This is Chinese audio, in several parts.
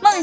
梦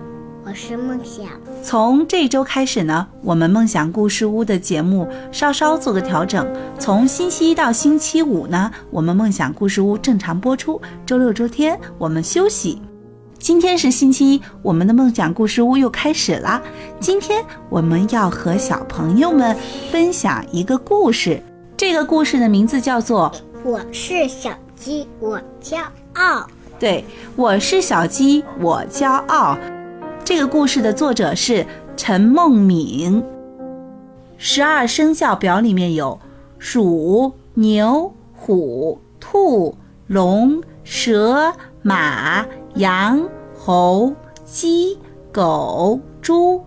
我是梦想，从这周开始呢，我们梦想故事屋的节目稍稍做个调整，从星期一到星期五呢，我们梦想故事屋正常播出，周六周天我们休息。今天是星期一，我们的梦想故事屋又开始了。今天我们要和小朋友们分享一个故事，这个故事的名字叫做我是小鸡，我骄傲。 《对我是小鸡，我骄傲》。这个故事的作者是陈梦敏。十二生肖表里面有鼠、牛、虎、兔、龙、蛇、马、羊、猴、鸡、狗、猪。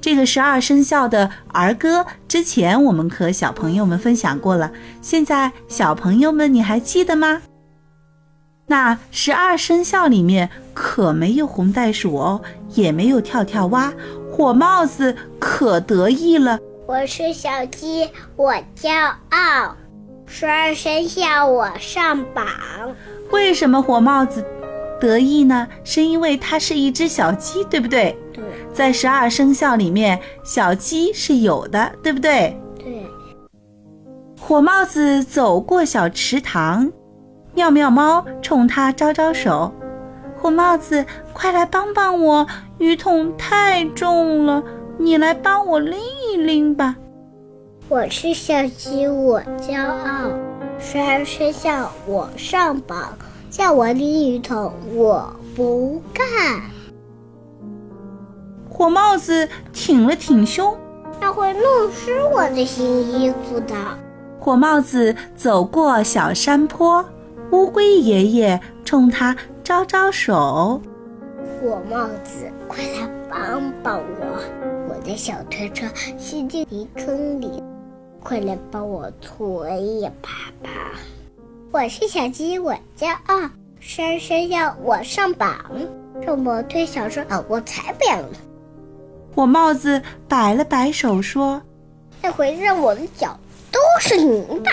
这个十二生肖的儿歌，之前我们和小朋友们分享过了。现在小朋友们，你还记得吗？那十二生肖里面可没有红袋鼠哦，也没有跳跳蛙，火帽子可得意了。我是小鸡，我骄傲。十二生肖我上榜。为什么火帽子得意呢？是因为它是一只小鸡，对不对？对在十二生肖里面，小鸡是有的，对不对？对，火帽子走过小池塘，妙妙猫冲它招招手：“火帽子，快来帮帮我，鱼桶太重了，你来帮我拎一拎吧。”我是小鸡，我骄傲。十二生肖我上榜，叫我拎鱼桶我不干，火帽子挺了挺胸，那会弄湿我的新衣服的。火帽子走过小山坡，乌龟爷爷冲它招招手。火帽子，快来帮帮我！我的小推车陷进泥坑里，快来帮我推一把吧！我是小鸡，我骄傲，山山要我上榜，让我推小车，啊我才不要呢！火帽子摆了摆手说那回让我的脚都是泥巴。：“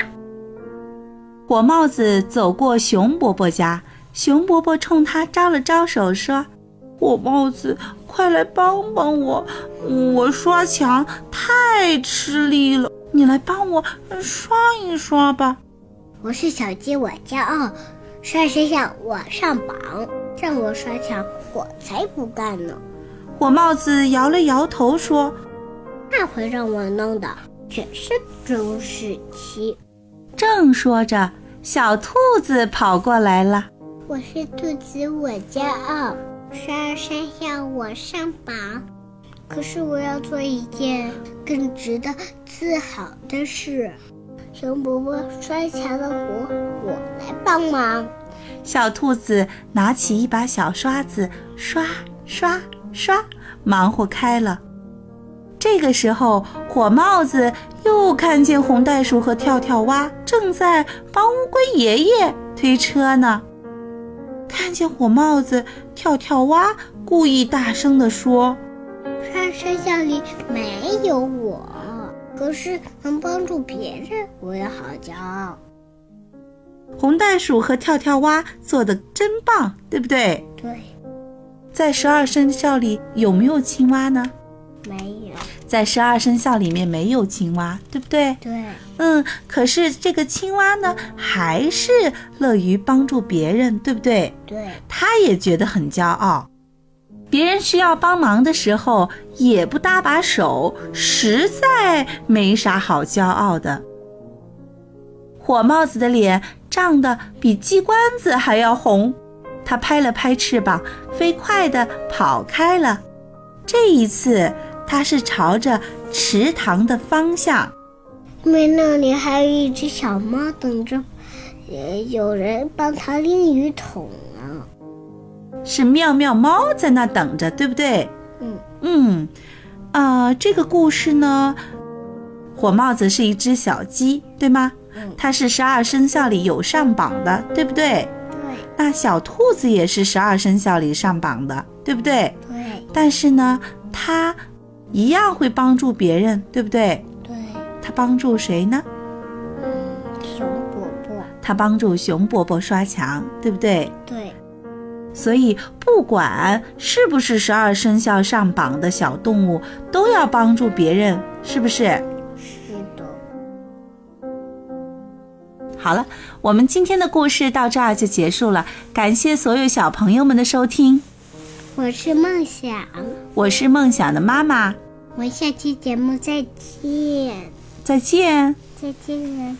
火帽子走过熊伯伯家，熊伯伯冲他招了招手说：‘火帽子，快来帮帮我，我刷墙太吃力了，你来帮我刷一刷吧。’”我是小鸡，我骄傲，山山要我上榜，让我刷墙，我才不干呢！火帽子摇了摇头说。那回让我弄的全是猪屎气。正说着，小兔子跑过来了。我是兔子，我骄傲。十二生肖我上榜，可是我要做一件更值得自豪的事。熊伯伯摔墙的活，我来帮忙。小兔子拿起一把小刷子，刷刷刷，忙活开了。这个时候，火帽子又看见红袋鼠和跳跳蛙正在帮乌龟爷爷推车呢。看见火帽子，跳跳蛙故意大声地说。十二生肖里没有我，可是能帮助别人，我也好骄傲。红袋鼠和跳跳蛙做的真棒，对不对？对，在十二生肖里有没有青蛙呢？没有，在十二生肖里面没有青蛙，对不对？对，嗯，可是这个青蛙呢，还是乐于帮助别人，对不对？对，它也觉得很骄傲。别人需要帮忙的时候，也不搭把手，实在没啥好骄傲的。火帽子的脸涨得比鸡冠子还要红，它拍了拍翅膀，飞快地跑开了。这一次，它是朝着池塘的方向。因为那里还有一只小猫等着，也有人帮它拎鱼桶啊。是妙妙猫在那等着，对不对？嗯，呃嗯，啊、这个故事呢，火帽子是一只小鸡，对吗？嗯，它是十二生肖里有上榜的，对不对？对那小兔子也是十二生肖里上榜的，对不对？对但是呢，它一样会帮助别人，对不对？对，它帮助谁呢？嗯，熊伯伯，它帮助熊伯伯刷墙，对不对？对所以，不管是不是十二生肖上榜的小动物，都要帮助别人，是不是？是的，好了，我们今天的故事到这儿就结束了，感谢所有小朋友们的收听，我是梦想，我是梦想的妈妈，我们下期节目再见，再见。再见。